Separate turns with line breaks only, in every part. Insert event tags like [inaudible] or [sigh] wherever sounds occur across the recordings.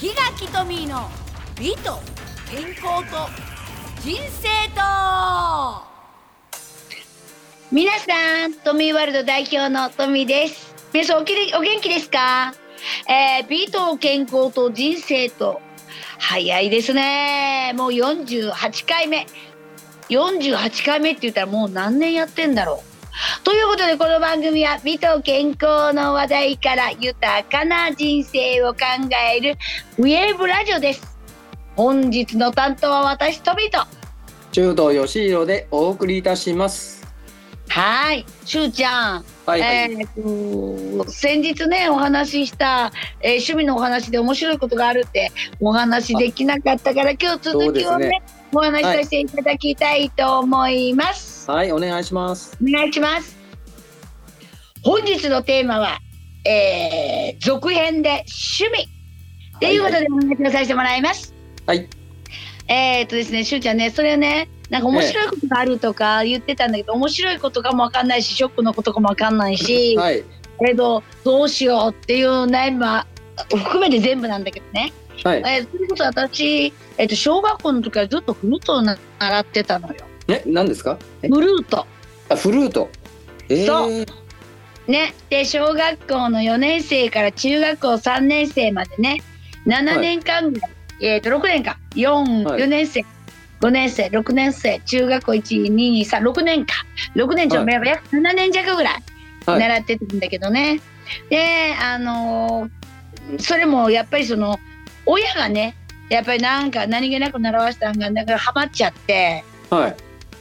日垣トミーの美と健康と人生と
皆さん、トミーワールド代表のトミーです。皆さんおきれお元気ですか、えー、美と健康と人生と。早いですね。もう48回目。48回目って言ったらもう何年やってんだろう。ということでこの番組は美と健康の話題から豊かな人生を考えるウェーブラジオです。本日の担当は私トミーと。
中道義弘でお送りいたします。
はい、しゅうちゃん。
はいはい。
えーと先日ねお話しした、えー趣味のお話で面白いことがあるってお話できなかったから今日続き
そ
を
う
ね
です
お話しさせていただきたいと思います、
はい、お願いします。
お願いします本日のテーマは、えー続編で趣味ということでお話をさせてもらいます
はい。
えー、っとですねしゅうちゃんねそれをねなんか面白いことがあるとか言ってたんだけど、面白いことかもわかんないしショックのことかもわかんないし、
はい。
えっとどうしようっていう悩みは含めて全部なんだけどね、
はい。
えー、それこそ私、えっと小学校の時からずっとフルートをな習ってたのよ
え、何ですか。え
フルート
あ、フルート。え
そう
ー、
ねで小学校の4年生から中学校3年生までね7年間ぐらい、えっと6年間 4,、
はい
4年生5年生6年生中学校1236年か6年ちょ、
は
約7年弱ぐらい
はい。
習ってたんだけどね、であのーそれもやっぱりその親がねやっぱりなんか何気なく習わせたんがなんかハマっちゃって
はい。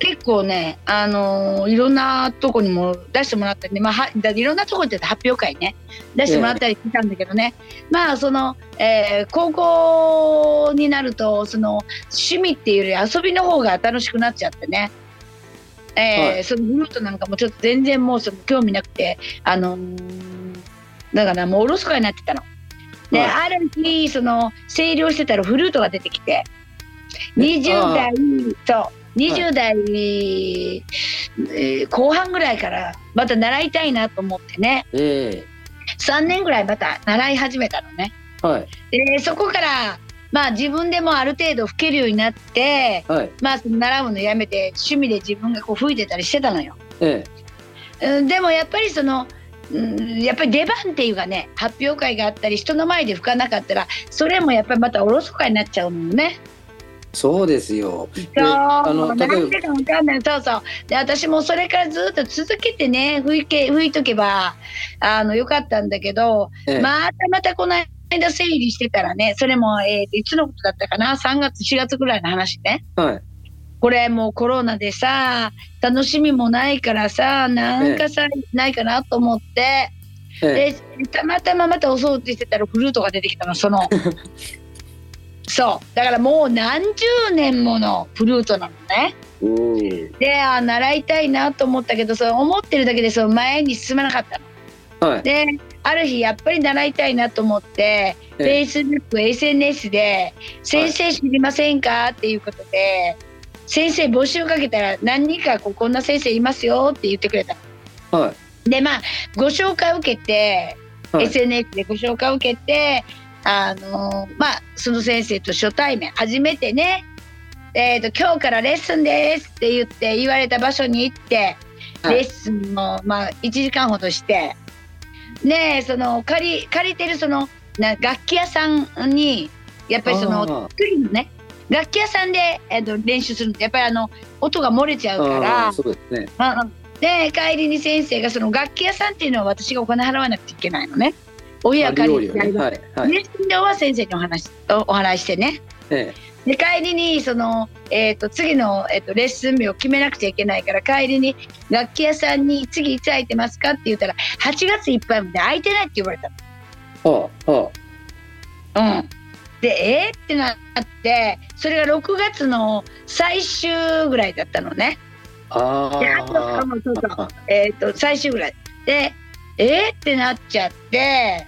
結構ねあのーいろんなとこにも出してもらったりね、まあ、はだいろんなとこに出て発表会ね出してもらったりしてたんだけどね、まあその、えー高校になるとその趣味っていうより遊びの方が楽しくなっちゃってね。えー
は
そのフルートなんかもちょっと全然もうその興味なくてあのーだからもうおろそかになってたの。で、
はい
ある日その計量してたらフルートが出てきて
ね
20代そう
い
20代、えー後半ぐらいからまた習いたいなと思ってね
え
3年ぐらいまた習い始めたのね。
ー、はい。
でそこからまあ自分でもある程度吹けるようになって、
はい。
まあ、その習うのやめて趣味で自分がこう吹いてたりしてたのよ。
え
うんでもやっぱりそのうんやっぱり出番っていうかね発表会があったり人の前で吹かなかったらそれもやっぱりまたおろそかになっちゃうのよね。
ー、そうですよ。
そう
あ
もう
の、例
なん
え
でかわかんないそうそうで私もそれからずっと続けてね吹いけ吹いとけばあのよかったんだけど、
ば、えー、
またまたこの間整理してたらねそれも、えーといつのことだったかな3月4月ぐらいの話ね。
はい。
これもうコロナでさ楽しみもないからさなんかさ、ないかなと思って
え
でたまたままたお掃除してたらフルートが出てきたの
[laughs]
そのそうだからもう何十年ものフルートなのね
ー、おー
であ習いたいなと思ったけどその思ってるだけでその前に進まなかったの
はい。
である日やっぱり習いたいなと思って
え
Facebook、SNS で「先生知りませんか?」っていうことで「先生募集かけたら何人かこうこんな先生いますよ」って言ってくれたの
はい。
でまあご紹介を受けて、
はい
SNS でご紹介を受けてあのーまあその先生と初対面初めてね「えー、と今日からレッスンです」って言って言われた場所に行って、
はい
レッスンもまあ1時間ほどしてねえその借り借りてるそのな楽器屋さんにやっぱりその
あー
作りのね楽器屋さんで、えー、と練習するのやっぱりあの音が漏れちゃうから
あー、。そうですね。
うんで帰りに先生がその楽器屋さんっていうのは私がお金払わなくちゃいけないのね。親
あ
借
料
り
理を
てや
ね。
る
は
の。
い。はい。
で診療は先生にお話しおお話ししてね。
え
で帰りにその、えー、と次の、えー、とレッスン日を決めなくちゃいけないから帰りに楽器屋さんに次いつ空いてますかって言ったら8月いっぱいまで空いてないって言われた
ー、はあ、は
の。うん、でえー、ってなってそれが6月の最終ぐらいだったのね。
あ。あ
であと
あ
あ。もうそうそう
あ
えー、と最終ぐらいでえー、ってなっちゃって。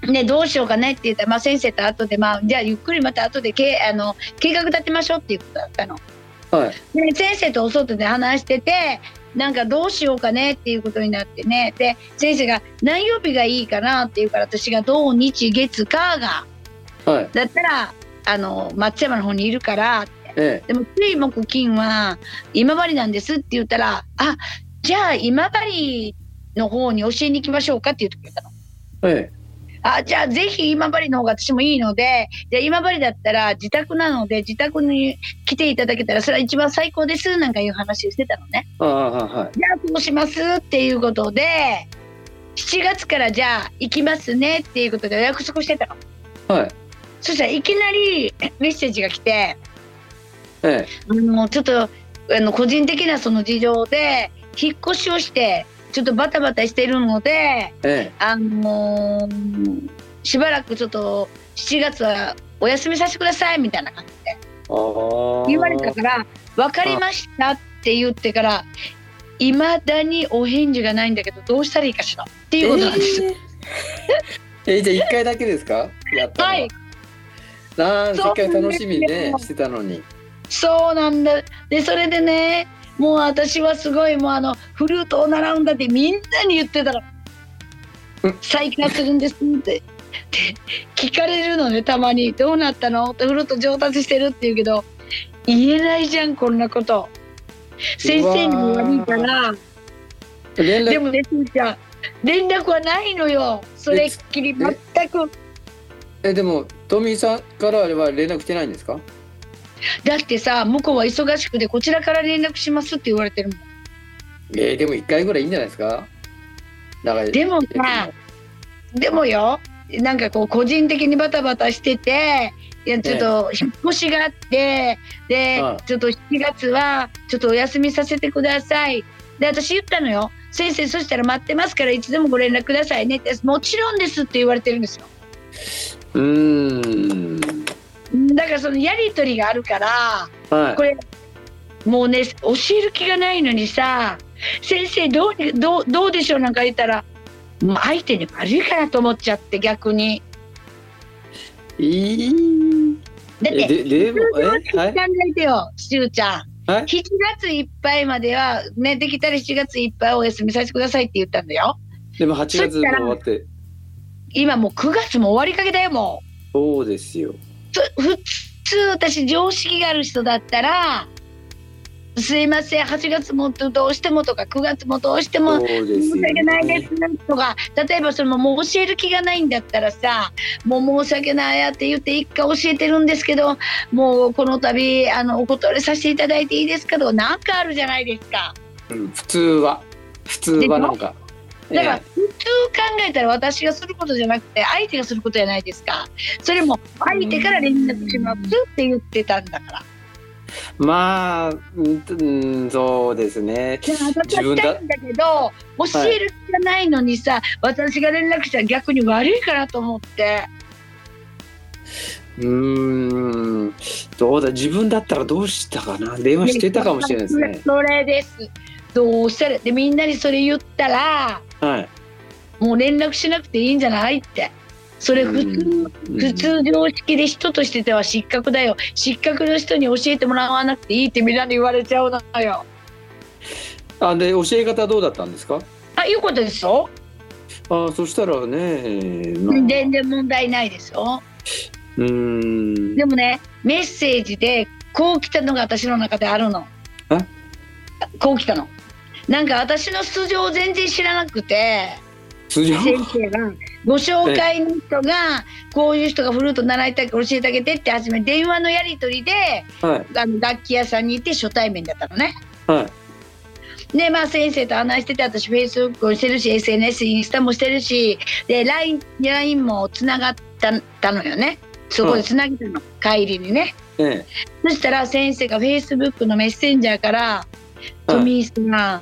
ね、どうしようかねって言ったら、まあ、先生と後で、まあ、じゃあゆっくりまた後でけあの計画立てましょうっていうことだったの。
はい。
で先生とお外で話しててなんかどうしようかねっていうことになってねで先生が何曜日がいいかなっていうから私が土日月火が
はい。
だったらあの松山の方にいるから
え
でも水木金は今治なんですって言ったらあじゃあ今治の方に教えに行きましょうかって言ってくれたの。
え。え
あじゃあぜひ今治の方が私もいいのでで今治だったら自宅なので自宅に来ていただけたらそれは一番最高ですなんかいう話をしてたのね。
え。ああ、はい。
じゃあそうしますっていうことで7月からじゃあ行きますねっていうことで約束してたの。
はい。
そしたらいきなりメッセージが来て。
ええ。
あのちょっとあの個人的なその事情で引っ越しをしてちょっとバタバタしてるので、
え
あのーしばらくちょっと7月はお休みさせてくださいみたいな感じで
え。ああ。
言われたから「分かりました」って言ってからいまだにお返事がないんだけどどうしたらいいかしらっていうことなんです。
ええ、じゃあ一回だけですかやったの
はい。
なんせっ
そう
かく楽しみにね
なんですよ
してたのに。
そうなんだでそれでねもう私はすごいもうあのフルートを習うんだってみんなに言ってたら
うん
「再開するんです」って。って聞かれるのねたまに「どうなったの?」ってフルート上達してるって言うけど言えないじゃんこんなこと先生にも悪いから
連
で
絡
もねすーちゃん連絡はないのよそれっきり全く
えでもトミーさんからは連絡来てないんですか？
だってさ向こうは忙しくてこちらから連絡しますって言われてるもん
えー、でも一回ぐらいいいんじゃないですか？だから
でもさでもよなんかこう個人的にバタバタしてていやちょっと引っ越しがあってで、
うん
ちょっと7月はちょっとお休みさせてくださいで私言ったのよ先生そしたら待ってますからいつでもご連絡くださいねってもちろんですって言われてるんですよ
うーん
だからそのやり取りがあるから
はい
これもうね教える気がないのにさ先生どうにどうどうでしょうなんか言ったらもう相手に悪いかなと思っちゃって逆に。
いい
だって
えででもえはい
考えてよ、しゅうちゃん。
はい
7月いっぱいまでは、ね、できたら7月いっぱいお休みさせてくださいって言ったんだよ。
でも8月も終わって
今もう9月も終わりかけだよ、もう。
そうですよ。
そ普通、私、常識がある人だったら、すいません、8月もどうしてもとか、9月もどうして
そ
も
うですよ、
申し
ね。
訳ないですとか例えばそのもう教える気がないんだったらさもう申し訳ないやって言って一回教えてるんですけどもうこの度あのお断りさせていただいていいですかとかなんかあるじゃないですか
うん普通は普通はなんか。
だから
え
普通考えたら私がすることじゃなくて相手がすることじゃないですかそれも相手から連絡しますって言ってたんだから
えまあうんうんそうですね。
じゃあ私はしたいんだけど教える気がないのにさ、私が連絡したら逆に悪いかなと思って。
うーんどうだ自分だったらどうしたかな電話してたかもしれないですね。
それです。どうしたらでみんなにそれ言ったら
はい。
もう連絡しなくていいんじゃないって。それ普通
うん
普通常識で人としてでは失格だよ。失格の人に教えてもらわなくていいってみんなに言われちゃうのよ。
あで教え方どうだったんですか
あ、いうことですよ。
あそしたらね、まあ
全然問題ないですよ。
うーん
でもね、メッセージでこう来たのが私の中であるの
え。
こう来たの。なんか私の素性を全然知らなくて。
通常
先生がご紹介の人がこういう人がフルート習いたいから教えてあげてって初め電話のやり取りで
はい
あの楽器屋さんに行って初対面だったのね。
はい
でまあ先生と話してて私フェイスブックをしてるし SNS インスタもしてるしで LINE, LINE もつながったたのよねそこでつなげたの、帰りにね
え
そしたら先生がフェイスブックのメッセンジャーから「
え
トミーさん、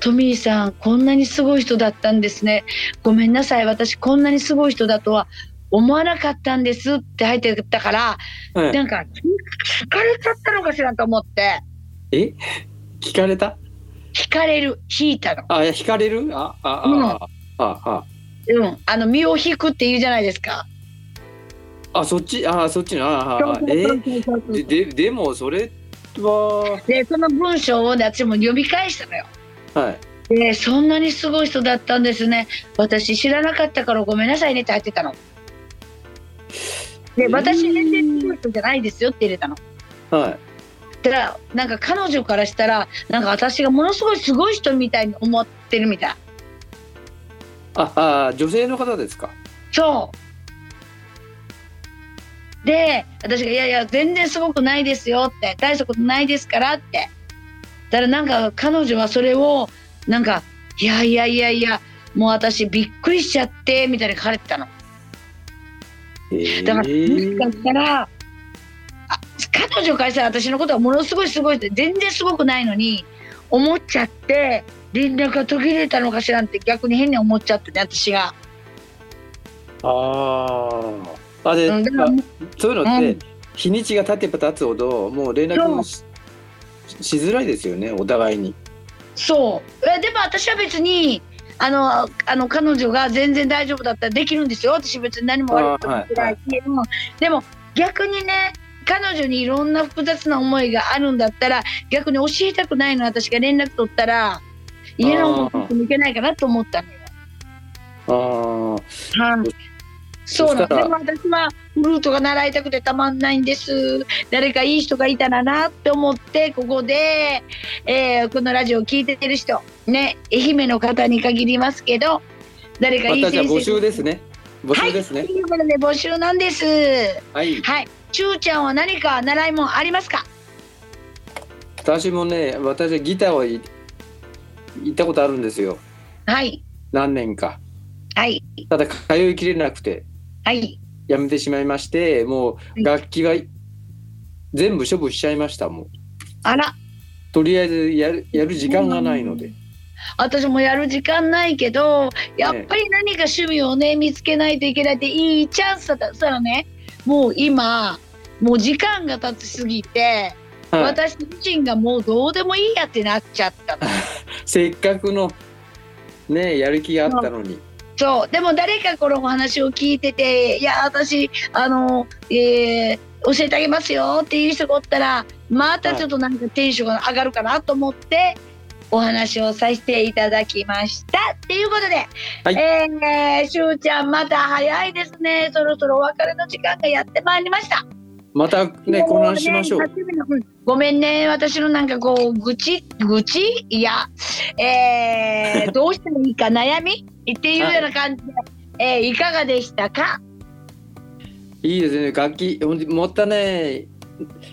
トミーさんこんなにすごい人だったんですねごめんなさい私こんなにすごい人だとは思わなかったんです」って入ってたから
はいはい
なんか聞かれちゃったのかしらと思って
え聞かれた
聞かれる引いたの。
あいや聞かれるあああ、
うん
ああ
うん、あの身を引くって言うじゃないですか。
ああそっちあそっちのあああ
そう
え
そうそうそう
でででもそれは
でその文章をね私も読み返したのよ。
はい
でそんなにすごい人だったんですね私知らなかったからごめんなさいねって入ってたの。で私全然強い人じゃないですよって入れたの。
はい。
たらなんか彼女からしたらなんか私がものすごいすごい人みたいに思ってるみたい。
あ、あー、女性の方ですか。
そう。で私が「いやいや全然すごくないですよ」って「大したことないですから」って。だからなんか彼女はそれをなんか「いやいやいやいやもう私びっくりしちゃって」みたいに書かれてたの。
え
だから、もしか
ー、
したら、あ彼女からしたら私のことはものすごいすごいって、全然すごくないのに、思っちゃって、連絡が途切れたのかしらんって逆に変に思っちゃってね、私が。
ああ。あ、で、
うん、だから
あそういうのっ
う
て
ん、
日にちが経てば経つほど、もう連絡ししづらいですよね、お互いに。
そう。えでも私は別に、あの、あの、彼女が全然大丈夫だったらできるんですよ。私別に何も悪いことしてないし、うんでも逆にね、彼女にいろんな複雑な思いがあるんだったら、逆に教えたくないの私が連絡取ったら、家の方に向けないかなと思ったのよ。
ああ。
はい。そうなんで
そしたら
す。でも私はフルートが習いたくてたまんないんです。誰かいい人がいたらなって思って、ここで、えーこのラジオを聞いてる人、ね、愛媛の方に限りますけど、誰かいい
また
先
じゃ
生。
あ募集ですね。募
は
集
い。
ですね
と。いうことで募集なんです。
はい。
はい。ちゅうちゃんは何か習い物ありますか
私もね、私はギターをい行ったことあるんですよ。
はい。
何年か。
はい。
ただ通いきれなくて
はい。
やめてしまいまして、も
は
う
い
楽器は全部処分しちゃいました。もう
あら、
とりあえずやるやる時間がないので。
私もやる時間ないけど、やっぱり何か趣味をね、見つけないといけないっていいチャンスだった。そしたらね、もう今、もう時間が経ちすぎて、
はい。
私自身がもうどうでもいいやってなっちゃったの。
せっかくのねやる気があったのに。
そう。でも誰かこのお話を聞いてて、いや、私、あの、えー教えてあげますよっていう人がおったら、またちょっとなんかテンションが上がるかなと思って、お話をさせていただきました。っていうことで、
はい
えーしゅうちゃん、また早いですね。そろそろお別れの時間がやってまいりました。
またねこの話しましょう。
うんごめんね、私のなんかこう、愚痴、愚痴いや、
[laughs]
えー、どうしたらいいか悩みっていうような感じで、いえーいかがでしたか
いいですね楽器ほんともったね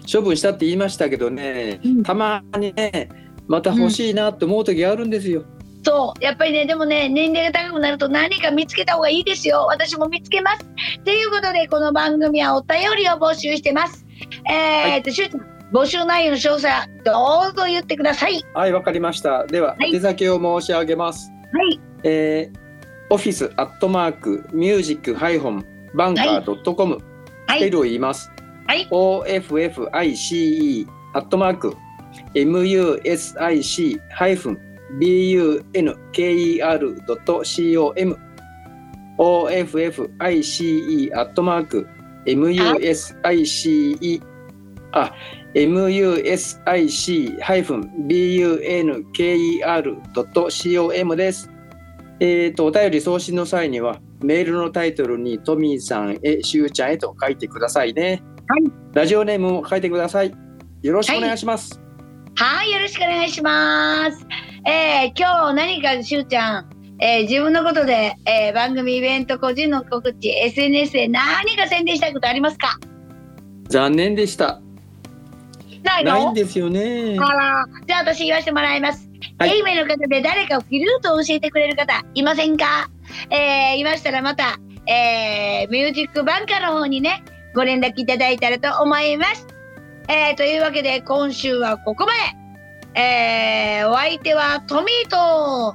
処分したって言いましたけどね、
うん
たまにねまた欲しいなって思う時あるんですよ、
そう、やっぱりね、でもね、年齢が高くなると何か見つけた方がいいですよ。私も見つけます。ということで、この番組はお便りを募集してます。えーと、しゅうちゃん、募集内容の詳細はどうぞ言ってください。
はいわかりましたでは、
はい
宛先を申し上げます
はい、
えー、オフィスアットマークミュージックハイフォンバンカードットコム
は
スペ
い、
ルを言います、
はい、
OFFICE アットマーク MUSIC ハイフン BUNKER ドット COM OFFICE アットマーク MUSICE あ MUSIC ハイフン BUNKER ドット COM ですえー、とお便り送信の際にはメールのタイトルにトミーさんへしゅうちゃんへと書いてくださいね、
はい、
ラジオネームも書いてくださいよろしくお願いします、
はい、よろしくお願いします。えー、今日何かしゅうちゃん、えー、自分のことで、えー、番組イベント個人の告知 SNS で何か宣伝したいことありますか？
残念でした
ない
ない
の
ん？ですよね
あら、じゃあ私言わせてもらいます。
はい
愛媛の方で誰かをフィルートを教えてくれる方いませんか？えー、いましたらまた、えー、ミュージックバンカーの方にねご連絡いただいたらと思います。えー、というわけで今週はここまで。えー、お相手はトミーと。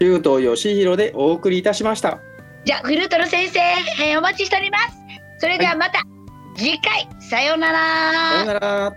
周東義弘でお送りいたしました
じゃあ、フルートの先生、えーお待ちしております。それではまた、次回、さようなら
さようなら